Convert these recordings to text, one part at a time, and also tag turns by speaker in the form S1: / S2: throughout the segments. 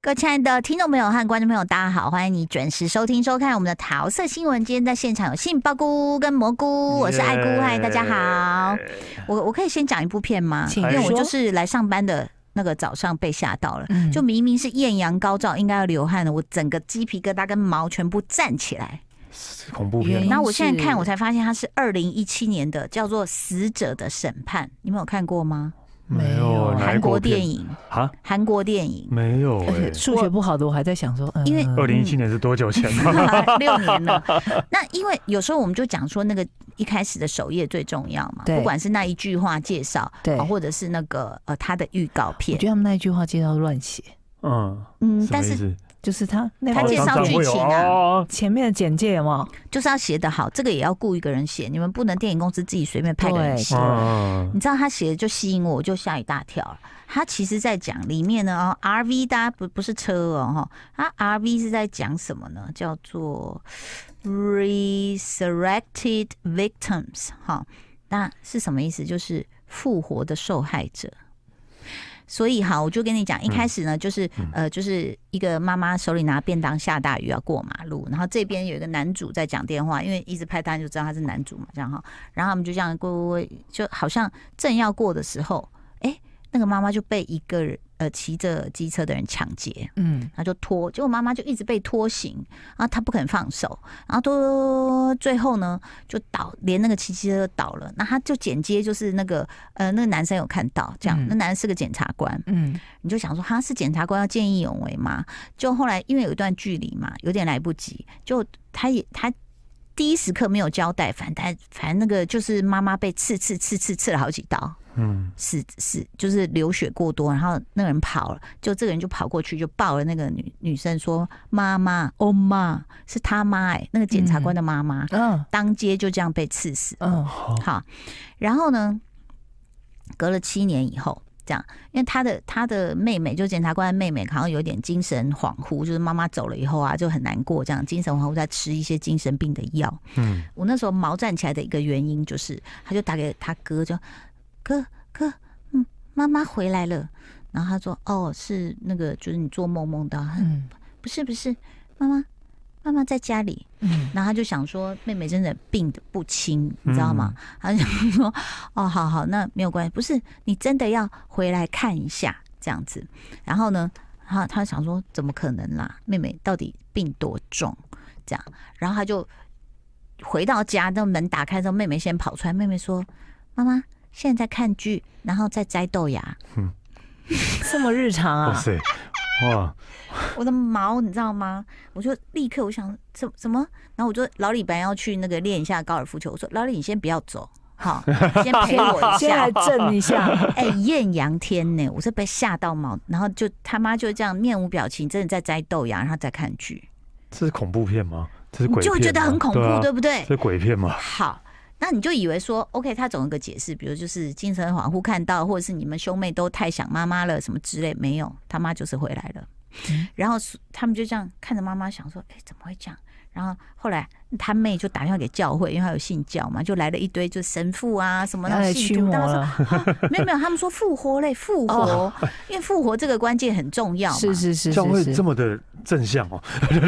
S1: 各位亲爱的听众朋友和观众朋友，大家好，欢迎你准时收听收看我们的桃色新闻。今天在现场有杏鲍菇跟蘑菇，我是爱菇，嗨，大家好。我我可以先讲一部片吗？
S2: 请
S1: 因为我
S2: 说
S1: 就是来上班的那个早上被吓到了，
S2: 嗯
S1: 就明明是艳阳高照，应该要流汗了，我整个鸡皮疙瘩跟毛全部站起来。
S3: 恐怖
S2: 原
S3: 片
S2: 因
S1: 然后我现在看，
S2: 哎是
S1: 我才发现它是二零一七年的，叫做《死者的审判》，你们有看过吗？
S2: 没有哪一
S1: 韩国电
S3: 影
S1: 影，
S3: 啊？
S1: 韩国电影。
S3: 没 有
S2: 而
S3: 哎
S2: 且， 数学不好的我还在想说，嗯
S1: 因为
S3: 二零一七年是多久前吗？
S1: 六年了。那因为有时候我们就讲说，那个一开始的首页最重要嘛，
S2: 对
S1: 不管是那一句话介绍，
S2: 对
S1: 啊或者是那个呃他的预告
S2: 我
S1: 片
S2: 觉，得他们那一句话介绍乱写，
S3: 嗯，
S1: 嗯，
S3: 什么
S1: 但
S3: 意
S1: 是
S3: 思
S2: 就是他那
S1: 他
S2: 部
S1: 介绍
S3: 张张
S1: 剧
S3: 会有
S1: 情啊
S3: 哦
S2: 前面的简介有没有？
S1: 就是要写得好，这个也要雇一个人写，你们不能电影公司自己随便派个人
S2: 对
S1: 写。
S3: 嗯，
S1: 你知道他写的就吸引我，我就吓一大跳了。他其实在讲里面呢，哦，RV 大家不不是车哦，哈，他 RV 是在讲什么呢？叫做 resurrected victims 哈，那是什么意思？就是复活的受害者。所以好，我就跟你讲，一开始呢，就是呃，就是一个妈妈手里拿便当，下大雨要过马路，然后这边有一个男主在讲电话，因为一直拍单就知道他是男主嘛，这样哈，然后他们就这样过过过，就好像正要过的时候，哎、那个妈妈就被一个人呃骑着机车的人抢劫，
S2: 嗯，
S1: 然后就拖，结果妈妈就一直被拖行，然后她不肯放手，然后拖拖，最后呢就倒，连那个骑机车都倒了，那他就剪接就是那个呃那个男生有看到这样
S2: 嗯，
S1: 那男生是个检察官，
S2: 嗯，
S1: 你就想说他是检察官要见义勇为吗？就后来因为有一段距离嘛，有点来不及，就他也他。第一时刻没有交代，反正反正那个就是妈妈被刺刺刺刺刺了好几刀，
S3: 嗯，
S1: 死死就是流血过多，然后那个人跑了，就这个人就跑过去就抱了那个女女生说：“妈妈，哦妈，是他妈哎、那个检察官的妈妈，
S2: 嗯
S1: 当街就这样被刺死。”
S2: 嗯，
S1: 好，然后呢，隔了七年以后，这样，因为他的他的妹妹，就检察官的妹妹，好像有点精神恍惚，就是妈妈走了以后啊，就很难过，这样精神恍惚，在吃一些精神病的药。
S3: 嗯，
S1: 我那时候毛站起来的一个原因就是，他就打给他哥，就哥哥，嗯，妈妈回来了。然后他说：“哦，是那个，就是你做梦梦到，
S2: 嗯
S1: 不是不是，妈妈，妈妈在家里。”
S2: 嗯，
S1: 然后他就想说，妹妹真的病得不轻，你知道吗？他就想说，哦，好好，那没有关系，不是你真的要回来看一下这样子。然后呢，他他想说，怎么可能啦？妹妹到底病多重？这样，然后他就回到家，那门打开之后，妹妹先跑出来，妹妹说：“妈妈，现在在看剧，然后在摘豆芽。”
S2: 这么日常
S3: 嗯哇
S2: 啊，
S3: 塞，哇，
S1: 我的毛，你知道吗？我就立刻我想怎怎么，然后我就老李白要去那个练一下高尔夫球，我说老李你先不要走， 好，你
S3: 哦
S1: 先陪我一
S2: 先
S1: 下
S2: 来。震 一下，
S1: 哎，艳阳天呢，我是被吓到毛，然后就他妈就这样面无表情，真的在摘豆芽，然后再看剧，
S3: 这是恐怖片吗？这是
S1: 你
S3: 鬼片
S1: 就
S3: 吗，
S1: 会觉得很恐怖，
S3: 啊
S1: 对不对
S3: 这？是鬼片吗？
S1: 好，那你就以为说，OK，他总有个解释，比如就是精神恍惚看到，或者是你们兄妹都太想妈妈了什么之类，没有，他妈就是回来了。
S2: 嗯
S1: 然后是他们就这样看着妈妈，想说，哎、怎么会这样？然后后来他妹就打电话给教会，因为他有信教嘛，就来了一堆就神父啊什么
S2: 要
S1: 的
S2: 来
S1: 信
S2: 哎驱
S1: 徒，
S2: 魔
S1: 大家说
S2: 了，
S1: 没有没有，他们说复活嘞，复活，
S2: 哦
S1: 因为复活这个关键很重要嘛。
S2: 是是是
S3: 教会
S2: 是
S3: 这
S2: 是，
S3: 么的正向哦，
S1: 就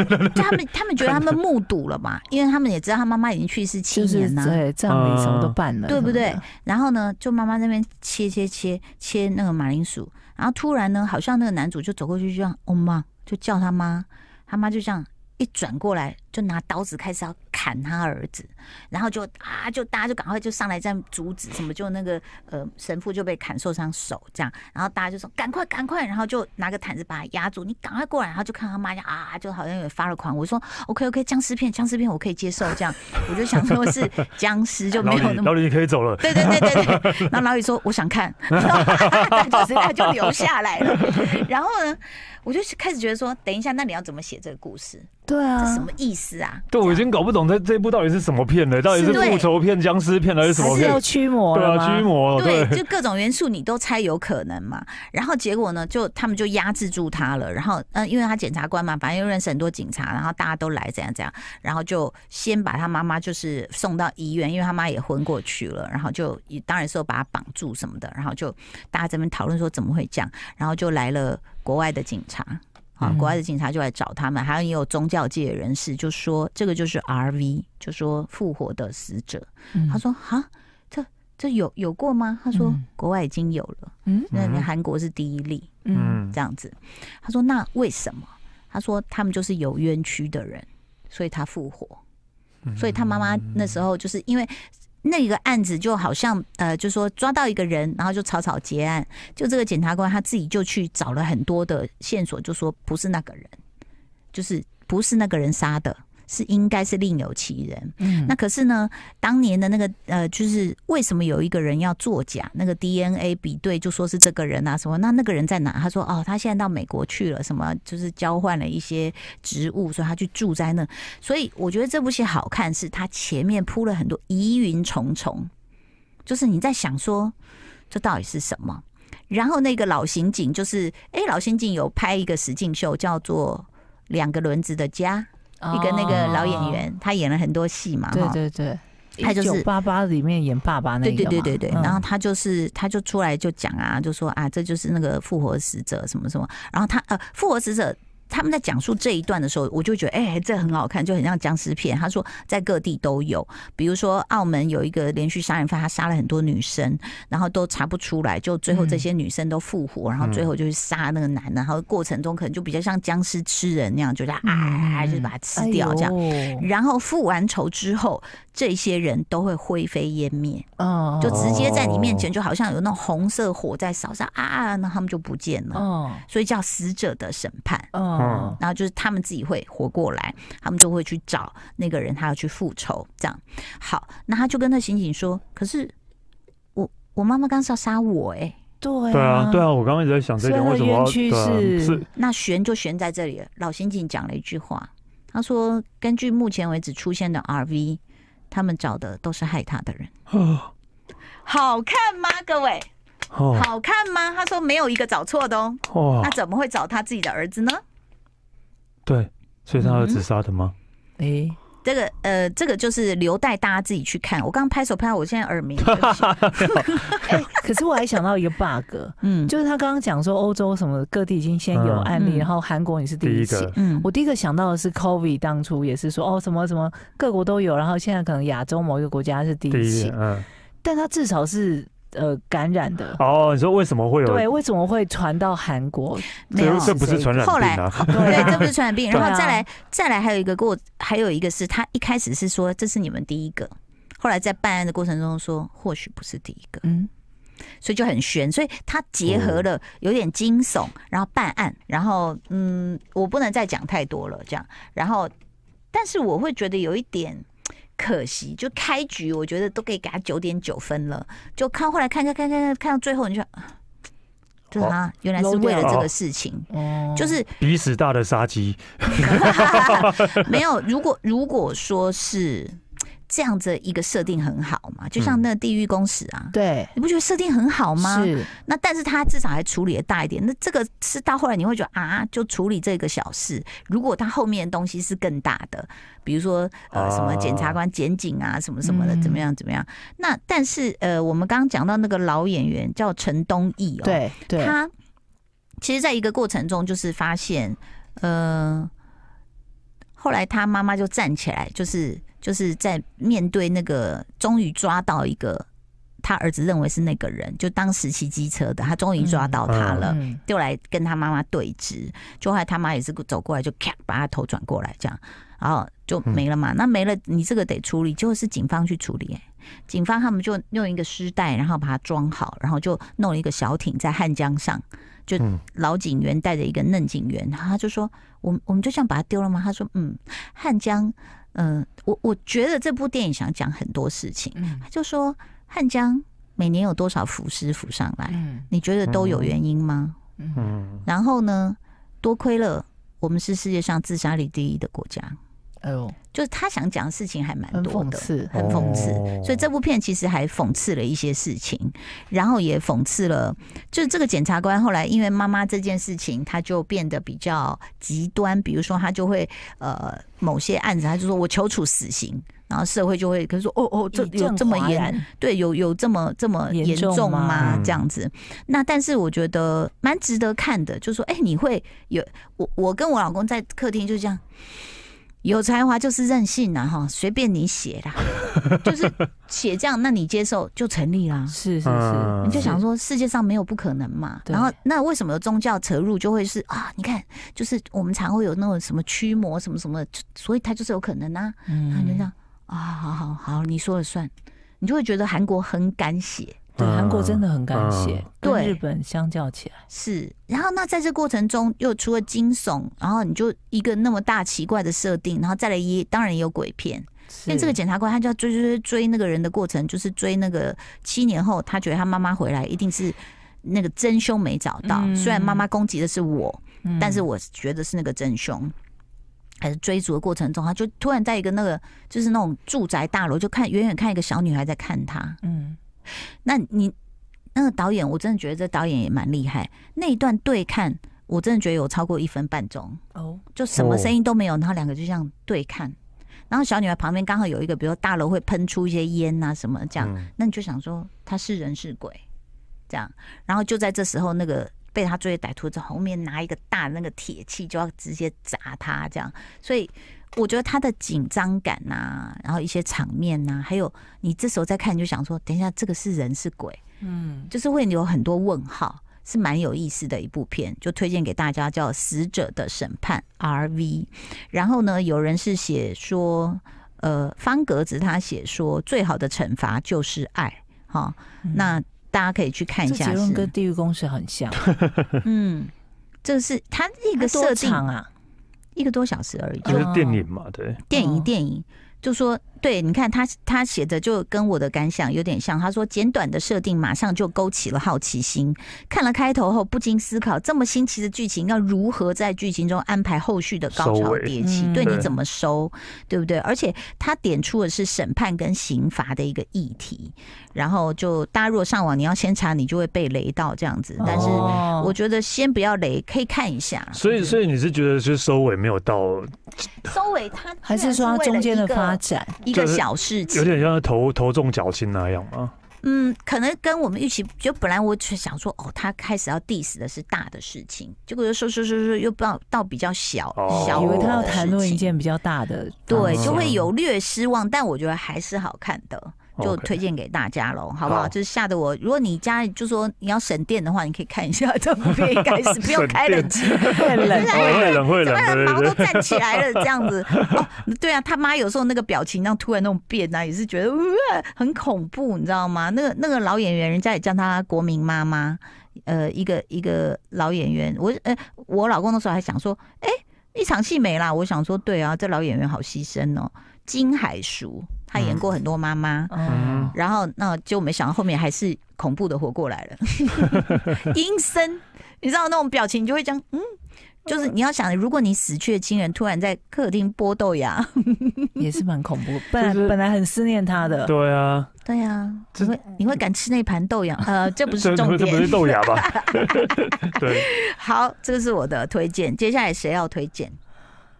S1: 他们他们觉得他们目睹了嘛，因为他们也知道他妈妈已经去世七
S2: 就是
S1: 年了、啊
S2: 对葬礼什么都
S3: 嗯
S2: 办了，
S1: 对不对
S2: 什么的？
S1: 然后呢，就妈妈那边切切切切那个马铃薯，然后突然呢，好像那个男主就走过去，就让哦妈，就叫他妈，他妈就这样一转过来，就拿刀子开始要砍他儿子，然后就啊，就大家就赶快就上来这样阻止，什么就那个呃神父就被砍受伤手这样，然后大家就说赶快赶快，然后就拿个毯子把他压住，你赶快过来，然后就看他妈这样啊，就好像有点发了狂，我说 OK OK 僵尸片僵尸片我可以接受这样，我就想说是僵尸就
S3: 老
S1: 没有
S3: 李，
S1: 那么
S3: 老李你可以 走了，
S1: 对对对对对。 然后老宇说：“我想 看。”他就是他就留下来了。 然后呢，我就开始觉得说，等一下，那你要怎么写这个故事？
S2: 对
S1: 这
S2: 啊
S1: 什，么意思啊？
S3: 对，我已经搞不懂这这部到底是什么片了，到底是
S1: 是对
S3: 复仇片、僵尸片还是什
S2: 还
S3: 么
S2: 是
S3: 片
S2: 要？驱魔
S3: 对
S2: 了吗
S3: 啊，驱魔，
S1: 对
S3: 对，，
S1: 就各种元素你都猜有可能嘛。然后结果呢，就他们就压制住他了。然后，嗯、因为他检察官嘛，反正又认识很多警察，然后大家都来怎样怎样，然后就先把他妈妈就是送到医院，因为他妈也昏过去了。然后就也当然是有把他绑住什么的，然后就大家这边讨论说怎么会这样，然后就来了国外的警察。啊
S2: 嗯，
S1: 国外的警察就来找他们，还有也有宗教界的人士就说这个就是 RV，就说复活的死者。他说哈，这这有有过吗？他说
S2: 嗯
S1: 国外已经有了，
S2: 嗯
S1: 那
S3: 嗯
S1: 韩国是第一例
S2: 嗯
S1: 这样子。他说那为什么？他说他们就是有冤屈的人，所以他复活。所以他妈
S3: 嗯
S1: 妈那时候就是因为那个案子，就好像呃，就说抓到一个人，然后就草草结案。就这个检察官他自己就去找了很多的线索，就说不是那个人，就是不是那个人杀的，是应该是另有其人。
S2: 嗯
S1: 那可是呢，当年的那个呃，就是为什么有一个人要作假？那个 DNA 比对就说是这个人啊，什么？那那个人在哪？他说哦，他现在到美国去了，什么就是交换了一些职务，所以他去住在那。所以我觉得这部戏好看，是它前面铺了很多疑云重重，就是你在想说这到底是什么。然后那个老刑警就是，哎、老刑警有拍一个实境秀，叫做《两个轮子的家》，一个那个老演，员，他演了很多戏嘛，
S2: 哦对
S1: 哈
S2: 对对，
S1: 他就是
S2: 八八里面演爸爸那个
S1: 对
S2: 嘛，
S1: 对对对对，
S2: 嗯
S1: 然后他就是他就出来就讲啊，就说啊，这就是那个复活使者什么什么，然后他呃复活使者。他们在讲述这一段的时候，我就觉得，哎、这很好看，就很像僵尸片。他说，在各地都有，比如说澳门有一个连续杀人犯，他杀了很多女生，然后都查不出来，就最后这些女生都复
S2: 嗯
S1: 活，然后最后就去杀那个男的，然后过程中可能就比较像僵尸吃人那样，就是啊，
S2: 嗯哎
S1: 就是把它吃掉这样。
S2: 样，
S1: 然后付完仇之后，这些人都会灰飞烟灭，
S2: 哦，
S1: 就直接在你面前，就好像有那种红色火在烧上啊，那他们就不见了，
S2: 哦
S1: 所以叫死者的审判。
S3: 嗯
S2: 哦，
S1: 然后就是他们自己会活过来，他们就会去找那个人，他要去复仇。这样好，那他就跟那刑警说：“可是我我妈妈刚是要杀我哎、欸
S2: 对
S3: 对啊，对
S2: 啊，
S3: 啊，我刚刚一直在想这一点，
S2: 所
S3: 为
S2: 以
S3: 什么
S2: 他
S3: 要
S2: 的冤屈
S3: 对啊
S2: 是
S3: 是
S1: 那悬就悬在这里了。老刑警讲了一句话，他说：“根据目前为止出现的 RV，他们找的都是害他的人。”
S2: 哦
S3: 啊
S1: 好看吗，各位？
S3: 哦
S1: 好看吗？他说没有一个找错的哦，
S3: 哦
S1: 那，怎么会找他自己的儿子呢？
S3: 对，所以他儿
S1: 嗯
S3: 子杀的吗？
S2: 诶，
S1: 这个呃，这个就是留待大家自己去看。我刚拍手拍到我现在耳鸣，对不起
S2: 哎，可是我还想到一个 bug，
S1: 嗯，
S2: 就是他刚刚讲说欧洲什么各地已经先有
S3: 嗯
S2: 案例，
S1: 嗯
S2: 然后韩国你是第
S3: 第
S2: 一
S3: 一
S2: 起
S3: 个，
S1: 嗯，
S2: 我第一个想到的是 COVID，当初也是说哦什么什么各国都有，然后现在可能亚洲某一个国家是第
S3: 第
S2: 一
S3: 一
S2: 起
S3: 个，，嗯，
S2: 但它至少是呃感染的。
S3: 哦，你说为什么会有？
S2: 对，为什么会传到韩国？
S1: 没有
S3: 这这不是传染
S1: 后
S3: 病
S1: 来
S3: 啊，
S2: 啊
S1: 对，这不是传染病。
S2: 对啊
S1: 然后再来再来还有一个给我，还有一个是他一开始是说这是你们第一个，后来在办案的过程中说或许不是第一个，
S2: 嗯，
S1: 所以就很悬，所以它结合了有点惊悚，然后办案，然后嗯，我不能再讲太多了，这样，然后，但是我会觉得有一点可惜，就开局我觉得都可以给他九点九分了，就看后来看看看看看看到最后，你就啊就是啊，原来是为了这个事情，
S2: 哦
S1: 就是
S3: 鼻屎大的杀鸡，
S1: 没有，如果如果说是这样子一个设定很好嘛，就像那个地狱公使啊。
S2: 对，
S1: 你不觉得设定很好吗？
S2: 是
S1: 那但是他至少还处理的大一点。那这个是到后来你会觉得啊，就处理这个小事。如果他后面的东西是更大的，比如说呃
S3: 啊
S1: 什么检察官、检警啊什么什么的，
S2: 哦嗯
S1: 怎么样怎么样。那但是呃，我们刚刚讲到那个老演员叫陈东义哦，
S2: 对对，
S1: 他其实在一个过程中就是发现，呃，后来他妈妈就站起来，就是就是在面对那个，终于抓到一个他儿子认为是那个人，就当时骑机车的，他终于抓到他了。
S2: 嗯
S1: 就来跟他妈妈对峙，就后来他妈也是走过来就咔把他头转过来这样，然后就没了嘛。那没了，你这个得处理，就是警方去处理、欸警方他们就用一个尸袋，然后把它装好，然后就弄了一个小艇在汉江上，就
S3: 嗯
S1: 老警员带着一个嫩警员，然后他就说：“我们我们就这样把它丢了吗？”他说：“嗯，汉江，嗯、我我觉得这部电影想讲很多事情，
S2: 嗯
S1: 他就说汉江每年有多少浮尸浮上来，
S2: 嗯
S1: 你觉得都有原因吗？”
S2: 嗯，
S3: 嗯，
S1: 然后呢，多亏了我们是世界上自杀率第一的国家，
S2: 哎呦，
S1: 就是他想讲的事情还蛮
S2: 很
S1: 多
S2: 讽
S1: 的，
S2: 刺，
S1: 很讽刺。
S3: 哦
S1: 所以这部片其实还讽刺了一些事情，然后也讽刺了，就是这个检察官后来因为妈妈这件事情，他就变得比较极端，比如说他就会呃某些案子，他就说我求处死刑。然后社会就会跟说哦哦，这
S2: 一
S1: 有
S2: 阵
S1: 这么
S2: 哗
S1: 严
S2: 然，
S1: 对，有有这么这么
S2: 严
S1: 严
S2: 重
S1: 重
S2: 吗
S1: 吗？
S3: 嗯
S1: 这样子，那但是我觉得蛮值得看的，就说哎、你会有我，我跟我老公在客厅就这样，有才华就是任性啦，哈，随便你写啦， 就是写这样，那你接受就成立啦。
S2: 是是是
S3: 嗯，
S1: 你就想说世界上没有不可能嘛，
S2: 对
S1: 然后那为什么有宗教扯入就会是啊？你看，就是我们常会有那种什么驱魔什么什么，就所以它就是有可能啊。然后你就这
S2: 嗯，
S1: 样啊，好好好，你说了算，你就会觉得韩国很敢写。
S2: 对，韩国真的很敢
S3: 嗯
S2: 写，跟
S1: 对
S2: 日本相较起来，
S1: 是，然后那在这过程中，又除了惊悚，然后你就一个那么大奇怪的设定，然后再来一，当然也有鬼片。因
S2: 是
S1: 为这个检察官他就要追追追追那个人的过程，就是追那个七年后，他觉得他妈妈回来一定是那个真凶没找到，
S2: 嗯
S1: 虽然妈妈攻击的是我，
S2: 嗯
S1: 但是我觉得是那个真凶。还是追逐的过程中，他就突然在一个那个就是那种住宅大楼，就看远远看一个小女孩在看他。
S2: 嗯，
S1: 那你那个导演，我真的觉得这导演也蛮厉害。那一段对看，我真的觉得有超过一分半钟，
S2: 哦，
S1: 就什么声音都没有，然后两个就这样对看。然后小女孩旁边刚好有一个，比如大楼会喷出一些烟啊什么这样，
S3: 嗯
S1: 那你就想说他是人是鬼，这样，然后就在这时候，那个被他追的歹徒在后面拿一个大的那个铁器，就要直接砸他，这样，所以我觉得他的紧张感呐、然后一些场面呐、还有你这时候再看，你就想说，等一下这个是人是鬼，
S2: 嗯，
S1: 就是会有很多问号，是蛮有意思的一部片，就推荐给大家，叫《死者的审判》（R.V.）。然后呢，有人是写说，呃，方格子他写说，最好的惩罚就是爱。哈、
S2: 嗯
S1: 那大家可以去看一
S2: 这
S1: 下
S2: 结论
S1: 是，
S2: 跟《地狱公使》很 像，
S1: 嗯，这是它一个
S2: 它多
S1: 设定
S2: 长哦啊，
S1: 一个多小时而已，
S3: 就
S1: 就是
S3: 电影嘛，对，
S1: 电影
S2: 哦
S1: 电影。就说对，你看他他写的就跟我的感想有点像。他说简短的设定马上就勾起了好奇心，看了开头后不禁思考，这么新奇的剧情要如何在剧情中安排后续的高
S3: 收
S1: 潮
S3: 尾
S1: 迭起，
S2: 嗯
S1: 对你
S3: 对
S1: 怎么收，对不对？而且他点出的是审判跟刑罚的一个议题，然后就大家如果上网你要先查，你就会被雷到这样子。但是
S2: 哦
S1: 我觉得先不要雷，可以看一下。
S3: 所以所以你是觉得是收尾没有到，
S1: 收尾他
S2: 还是说它中间的发展，
S1: 一个
S3: 就是
S1: 小事情
S3: 有，点像是头头重脚轻那样吗？
S1: 嗯，可能跟我们预期，就本来我只想说，哦，他开始要 diss 的是大的事情，结果又说说说说，又到到比较小、
S3: 哦嗯
S1: 小
S2: 以为
S1: 的
S2: 他要
S1: 事
S2: 谈论一
S1: 情，
S2: 件比较大的 方向，
S1: 对，就会有略失望，但我觉得还是好看的，就
S3: 哦 OK
S1: 推荐给大家喽，好不好？
S3: 好
S1: 就是吓得我，如果你家里就说你要省电的话，你可以看一下这部 片，应该是不用
S3: 省
S1: 开冷气，
S2: 太 冷
S1: 对啊
S3: 哦，会冷会
S1: 怎
S3: 冷，
S1: 么
S3: 对
S1: 毛
S3: 对
S1: 都
S3: 对。
S1: 站起来了这样子？哦，对啊，他妈有时候那个表情，那种突然那种变啊，也是觉得、呃、很恐怖，你知道吗？那个那个老演员，人家也叫她国民妈妈，呃，一个一个老演员。我呃，我老公那时候还想说，哎、一场戏没啦。我想说，对啊，这老演员好牺牲哦。金海淑，她演过很多妈妈。
S2: 嗯，
S1: 然后，那就没想到后面还是恐怖的活过 来了，阴森，你知道那种表情，你就会讲，嗯，就是你要想，如果你死去的亲人突然在客厅剥豆芽，
S2: 也是蛮恐怖。 本来
S3: 就是
S2: 本来很思念他的，
S3: 对啊，
S1: 对呀、啊，
S3: 这
S1: 你会你会敢吃那盘豆 芽？呃，这不是
S3: 这这
S1: 重
S3: 这不是
S1: 点。
S3: 豆芽吧？ 对，
S1: 好，这个是我的推荐，接下来谁要推荐？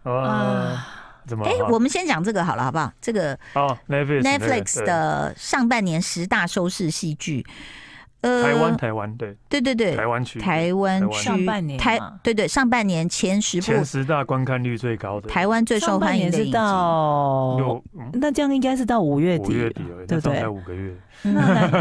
S3: 啊，
S2: 啊，
S3: 怎么？
S1: 哎、我们先讲这个好了，好不好？这个
S3: 啊，Netflix
S1: Netflix 的上半年十大收视戏剧，呃
S3: 台湾，台湾对
S1: 对对对，
S3: 台湾区
S1: 台湾区
S2: 上半年
S1: 台
S2: 嘛
S1: 对对上半年前十部
S3: 前十大观看率最高的
S1: 台湾最受
S2: 上半
S1: 欢迎
S2: 年
S1: 的
S2: 是
S1: 影集，
S2: 到
S3: 有嗯
S2: 那这样应该是到五月
S3: 五
S2: 底，
S3: 月底而已，
S2: 对
S3: 那
S2: 不
S3: 上
S2: 对
S3: 才？五个月，
S2: 那
S1: 嗯，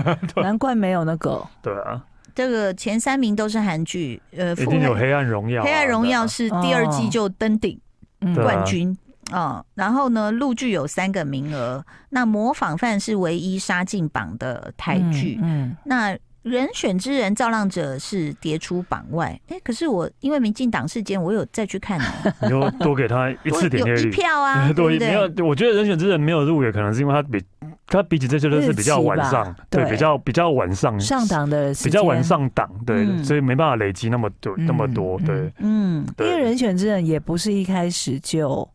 S2: 难 难怪没有那个，
S3: 对啊，
S1: 这个前三名都是韩剧，呃，
S3: 一
S1: 腹
S3: 定有《
S1: 黑
S3: 黑暗荣耀》啊，
S1: 黑暗荣耀
S3: 对啊
S1: 是第二季
S2: 哦
S1: 就登顶
S2: 嗯
S3: 对啊
S1: 冠军。哦，然后呢，陆剧有三个名额，那模仿犯是唯一杀进榜的台剧，
S2: 嗯，
S1: 那人选之人造浪者是跌出榜外。哎，可是我因为民进党事件，我有再去看呢，
S3: 你就多给他 一
S1: 多
S3: 次点
S1: 有
S3: 阅
S1: 一
S3: 率。
S1: 票啊，对
S3: 对，
S1: 不
S3: 没有
S1: 对？，
S3: 我觉得《人选之人》没有入围，可能是因为他比他比起这些都是比较晚
S2: 日
S3: 上
S2: 期吧，
S3: 对，
S2: 对
S3: 比较比较晚上，
S2: 嗯上档的时
S3: 比较晚
S2: 间。
S3: 上档，对，
S1: 嗯
S3: 所以没办法累积那么多
S2: 嗯
S3: 那么多，对
S2: 嗯
S1: 嗯，
S2: 因为
S3: 对
S2: 人选之人也不是一开始就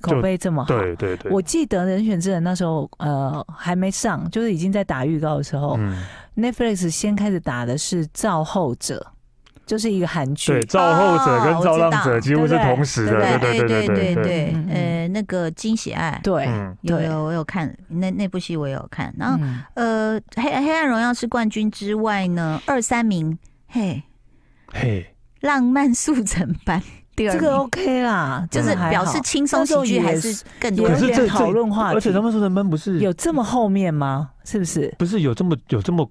S2: 口碑这么好。
S3: 对对对，
S2: 我记得人选之人那时候呃还没上，就是已经在打预告的时候、
S3: 嗯
S2: n e t f l i x 先开始打的是《造后者》，就是一个韩剧
S3: 对，，造后者
S1: 哦
S3: 跟
S1: 我
S3: 造
S1: 知
S3: 浪
S1: 道
S3: 者几乎是
S2: 对不对
S3: 同时的，
S1: 对
S3: 对
S1: 对
S3: 对对，
S1: 对
S2: 嗯嗯，
S1: 呃，那个金喜爱
S2: 对，
S3: 嗯，
S1: 有
S2: 对
S1: 有我有看那那部戏我也有看，然后
S2: 嗯，
S1: 呃，黑黑暗荣耀是冠军之外呢，二三名，嘿，
S3: 嘿，
S1: 浪漫速成班 第二
S2: 这
S1: 名，
S2: 个 OK 啦，
S1: 就是
S2: 真嗯的还
S1: 表
S2: 好
S1: 示轻松喜
S2: 那时
S1: 剧
S2: 候也
S1: 还是更多
S2: 也
S3: 可
S1: 人
S2: 有
S3: 是
S2: 点
S3: 这
S2: 讨论话题，
S3: 而且他们说人们不是
S2: 有这么后面吗？是不是？
S3: 不是有这么有这么，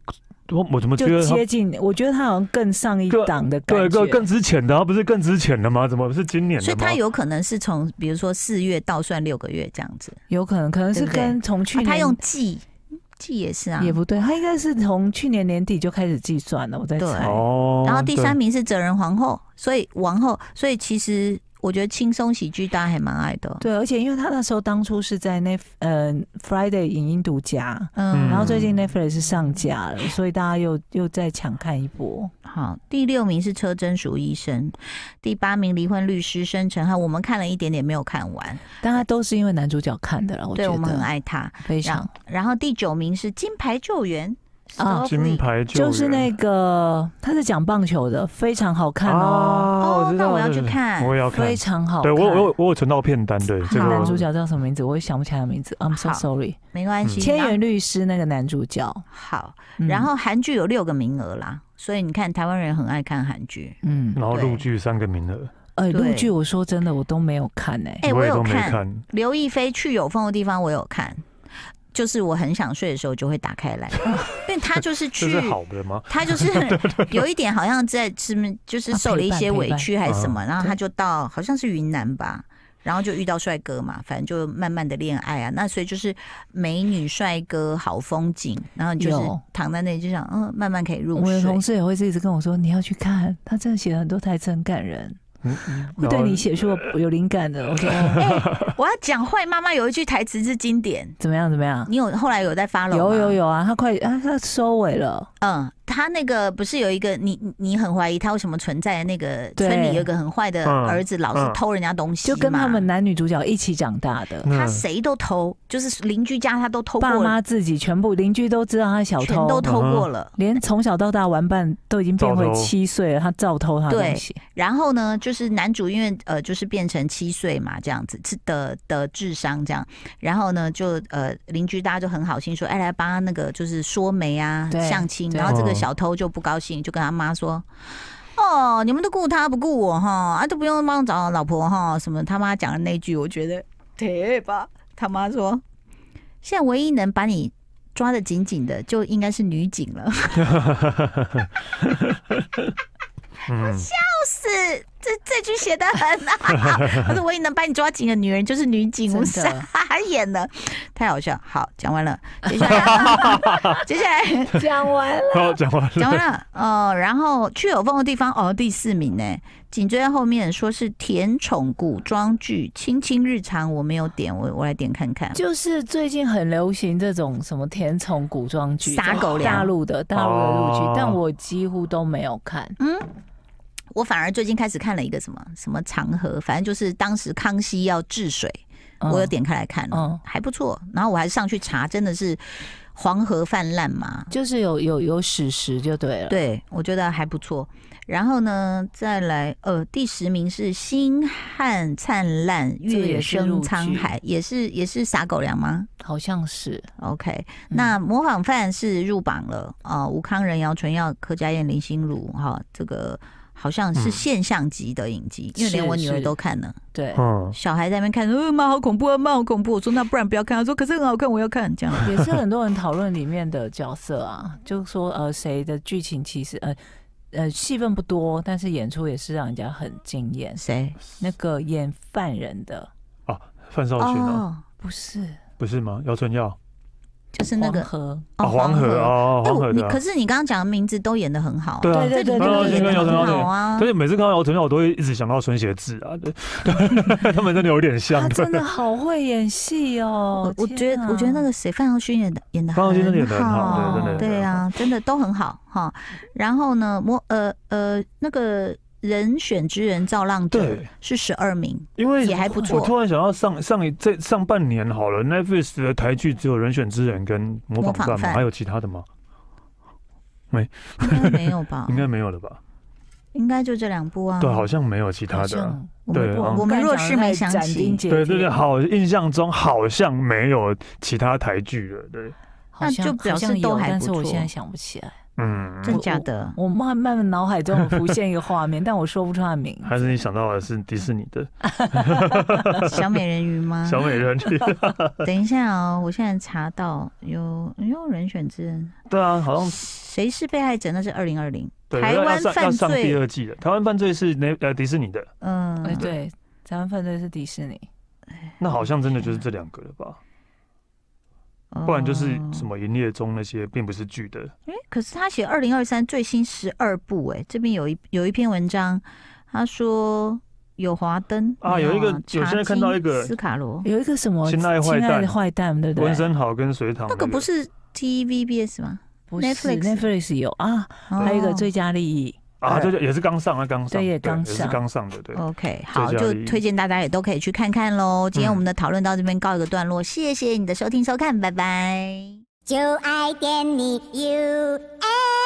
S3: 我我怎么觉
S2: 就
S3: 得他
S2: 接近，我觉得他好像更上一
S3: 更
S2: 档的
S3: 对
S2: 感觉
S3: 更，更之前的，他不是更之前的吗？怎么是今年的吗？
S1: 所以他有可能是从比如说四月倒算六个月这样子，
S2: 有可能可能是
S1: 对不对
S2: 跟从去
S1: 啊、
S2: 年
S1: 他用季季也是啊，
S2: 也不对，他应该是从去年年底就开始计算了，我在
S1: 对
S2: 猜。
S3: 哦，
S1: 然后第
S3: 对
S1: 三名是哲人皇后，所以王后，所以其实我觉得轻松喜剧大家还蛮爱的，
S2: 对，而且因为他那时候当初是在那呃 Friday 影音独家，
S1: 嗯，
S2: 然后
S3: 这
S2: 最近 Netflix 是上架了，所以大家又又再抢看一波。
S1: 好，第六名是车真淑医生，第八名离婚律师申成汉，我们看了一点点没有看完，
S2: 大家都是因为男主角看的了，我觉
S1: 对
S2: 得
S1: 我们很爱他。
S2: 非
S1: 然
S2: 常
S1: 后，然后第九名是金牌救援哦
S2: 啊
S3: 金，牌救
S2: 就是
S3: 援
S2: 那个他是讲棒球的，非常好看哦，
S3: 啊，
S1: 哦
S3: 知
S1: 那
S3: 道
S1: 我要
S3: 对
S1: 去
S3: 对
S1: 看
S3: 我也要看
S2: 非。常好
S3: 对
S2: 看。
S3: 我有我有我有存到片单，对这个
S1: 好
S2: 男主
S3: 我
S2: 角叫什么名字？我也想不起来他名字，I'm so
S1: 好
S2: sorry。
S1: 没关系。
S3: 嗯
S2: 千
S1: 然后
S2: 元律师那个男主角，
S1: 好，
S2: 嗯
S1: 然后韩剧有六个名额啦，所以你看台湾人很爱看韩剧。
S2: 嗯，
S3: 然后
S1: 对
S3: 陆剧三个名额，
S2: 呃，
S1: 对
S2: 陆剧我说真的我都没有看哎、
S1: 哎、
S3: 我
S1: 我
S3: 也
S1: 有
S3: 都没
S1: 看
S3: 看。
S1: 刘亦菲去有风的地方，我有看，就是我很想睡的时候就会打开 来，因为她就是
S3: 这
S1: 去
S3: 是好的吗？
S1: 他就是 有一点好像在什么，就是受了一些委屈还是什
S2: 嗯
S1: 么，然后他就到好像是云南吧，然后就遇到帅哥嘛，反正就慢慢的恋爱啊，那所以就是美女帅哥好风景，然后你就是
S2: 有
S1: 躺在那里就想，嗯，慢慢可以入
S2: 我的同
S1: 睡。
S2: 事也会一直跟我说你要去看，他真的写了很多台词很感人，
S3: 嗯嗯
S2: 会对你写出有灵感的。我 说、哦、
S1: 我要讲坏妈妈有一句台词是经典，
S2: 怎么样怎么样？
S1: 你有后来有在发了？
S2: 有有，有啊，他快啊他收尾了，
S1: 嗯，他那个不是有一个你你你很怀疑他为什么存在的那个
S2: 对
S1: 村里有一个很坏的
S3: 嗯
S1: 儿子，老是
S3: 嗯
S1: 偷人家东西
S2: 就
S1: 嘛，
S2: 跟他们男女主角一起长大的，
S3: 嗯
S1: 他谁都偷，就是邻居家他都偷过
S2: 爸
S1: 了，
S2: 妈自己全部邻居都知道他小
S1: 全
S2: 偷，嗯
S1: 都偷过了。
S2: 连从小到大玩伴都已经变回
S3: 照偷
S2: 七岁了，他照偷他的
S1: 对
S2: 东西，
S1: 然后呢，就是男主因为呃，就是变成七岁嘛，这样子是的的智商这样。然后呢，就呃邻居大家就很好心说，哎，来帮他那个就是说媒啊
S2: 对、
S1: 相亲。
S2: 对
S1: 然后这个
S3: 嗯
S1: 小偷就不高兴，就跟他妈说。哦，你们都顾他不顾我哈，啊都不用帮我找老婆哈，什么他妈讲的那句，我觉得 对吧？他妈说，现在唯一能把你抓得紧紧的，就应该是女警了。
S3: 嗯，
S1: 是这这句写的很好，可是唯一能把你抓紧的女人就是女警，我
S2: 真的
S1: 傻眼了，太好笑。好，讲完了，接下来， 接下来
S2: 讲完了。
S3: 好，讲完
S1: 讲
S3: 了。
S1: 完了，呃，然后去有风的地方，哦，第四名呢，紧追在后面，说是甜宠古装剧《亲亲日常》，我没有点，我我来点看看。
S2: 就是最近很流行这种什么甜宠古装剧，
S1: 撒狗粮
S2: 大陆的大陆的陆剧，
S3: 哦
S2: 但我几乎都没有看。
S1: 嗯我反而最近开始看了一个什么什么长河，反正就是当时康熙要治水，
S2: 嗯
S1: 我有点开来看了，
S2: 嗯
S1: 还不错。然后我还上去查，真的是黄河泛滥嘛？
S2: 就是有有有史实就对了。，
S1: 对，我觉得还不错。然后呢，再来，呃，第十名是《星汉灿烂
S2: 这个
S1: 月
S2: 也是
S1: 升
S2: 陆
S1: 沧
S2: 剧
S1: 海》，也是也是撒狗粮吗
S2: 好像是。
S1: ？OK，、
S2: 嗯
S1: 那模仿犯是入榜了啊、呃吴康仁、姚纯耀、柯佳燕、林心如，哈、这个好像是
S3: 嗯
S1: 现象级的影集，因为连
S2: 是
S1: 我女儿
S2: 是
S1: 都看了。
S2: 对，
S3: 嗯，
S1: 小孩在那边看，呃，妈好恐怖啊，妈好恐怖。我说那不然不要看，他说可是很好看，我要看这样。
S2: 也是很多人讨论里面的角色啊，就说呃谁的剧情其实呃呃戏份不多，但是演出也是让人家很惊艳。
S1: 谁？
S2: 那个演犯人的
S3: 范少群啊，
S1: 哦，
S2: 不是
S3: 不是吗？姚春耀
S1: 就是那个
S2: 黄河，
S3: 啊，黄河。哦，
S1: 哎，我
S3: 黄河
S1: 你
S3: 的啊
S1: 可。是你刚刚讲的名字都演的很好啊，
S3: 对啊
S1: 这里面
S3: 对对
S1: 演的
S3: 对
S1: 很
S3: 对
S1: 好啊
S3: 但。是每次看到姚春耀，我都会一直想到孙协志啊，对， 他们真的有点像
S2: 他。
S3: 对
S2: 真的好会演戏哦
S1: 我！我觉得
S2: 天啊
S1: 我觉得那个谁范晓萱演的演的
S3: 方浩军真的演的很
S1: 好
S3: 好，，对对对。
S1: 对啊，真的都很好哈。然后呢，模呃呃那个人选之人造浪者
S3: 对
S1: 是十二 名，
S3: 因为
S1: 也还不错
S3: 我突然想到上上一这上半年好了，Netflix 的台剧只有《人选之人》跟《模仿
S1: 模
S3: 犯
S1: 仿》
S3: 嘛，
S1: 犯
S3: 还有其他的吗？？
S1: 应该没有吧
S3: 应该没有了吧？
S1: 应该就这两部啊。
S3: 嗯 对，好像没有其他
S2: 好
S3: 的了。
S2: 像我们
S3: 对
S2: 不
S3: 啊
S1: 我们
S2: 刚才
S1: 若
S2: 讲
S1: 是
S2: 太
S1: 没想
S2: 斩
S1: 起
S2: 钉截
S3: 对对
S2: 铁
S3: 对，好，印象中好像没有其他台剧了。对，
S2: 好
S1: 那
S2: 像
S1: 就
S2: 好
S1: 表示
S2: 像
S1: 都
S2: 有
S1: 还
S2: 但
S1: 不
S2: 是我现
S1: 错
S2: 在想不起来。
S3: 嗯，
S1: 真假的？
S2: 我慢慢慢脑海中有浮现一个画面，但我说不出他的名字。
S3: 还是你想到的是迪士尼的
S1: 小美人鱼吗？
S3: 小美人鱼？
S1: 等一下哦，我现在查到有有人选之人，
S3: 对啊，好 像
S1: 谁是被害者？那是二零二零
S3: 对，
S1: 台
S3: 要要
S1: 湾
S3: 上要
S1: 犯
S3: 上第
S1: 罪，
S3: 二季了。台湾犯罪是那呃迪士尼的，
S1: 嗯
S2: 哎，，对，台湾犯罪是迪士尼，
S3: 那好像真的就是这两个了吧？
S1: 哦
S3: 不然就是
S2: 哦
S3: 什么营业中那些并不是剧的，
S1: 哎，可是他写二零二三最新十二部、哎，这边有一有一篇文章，他说有华灯
S3: 啊
S1: 你知道
S3: 有一个
S1: 吗
S3: 有
S1: 查
S3: 现在看到一个
S1: 金斯卡罗，
S2: 有一个什么
S3: 亲爱坏蛋
S2: 的坏蛋，对不对？
S3: 温森豪跟隋唐
S1: 那个不是 TVBS 吗？
S2: 不是
S1: Netflix
S2: Netflix 有啊，
S1: 哦
S2: 还有一个最佳利益，
S3: 啊，对对，也是刚上啊，刚上，
S2: 对也刚
S3: 也是
S2: 上
S3: 刚上的，对。
S1: OK，好，
S3: 最佳
S1: 就
S3: 利益
S1: 推荐大家也都可以去看看喽。今天
S3: 嗯
S1: 我们的讨论到这边告一个段落，谢谢你的收听收看，拜拜。
S4: 就爱点你 UFO。